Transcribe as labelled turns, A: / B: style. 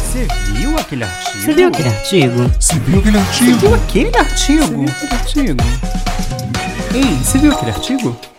A: Você viu aquele artigo?
B: Você viu aquele artigo?
C: Você viu aquele
A: Você
C: artigo?
A: viu aquele artigo? Você viu aquele artigo? Ei, você viu aquele artigo?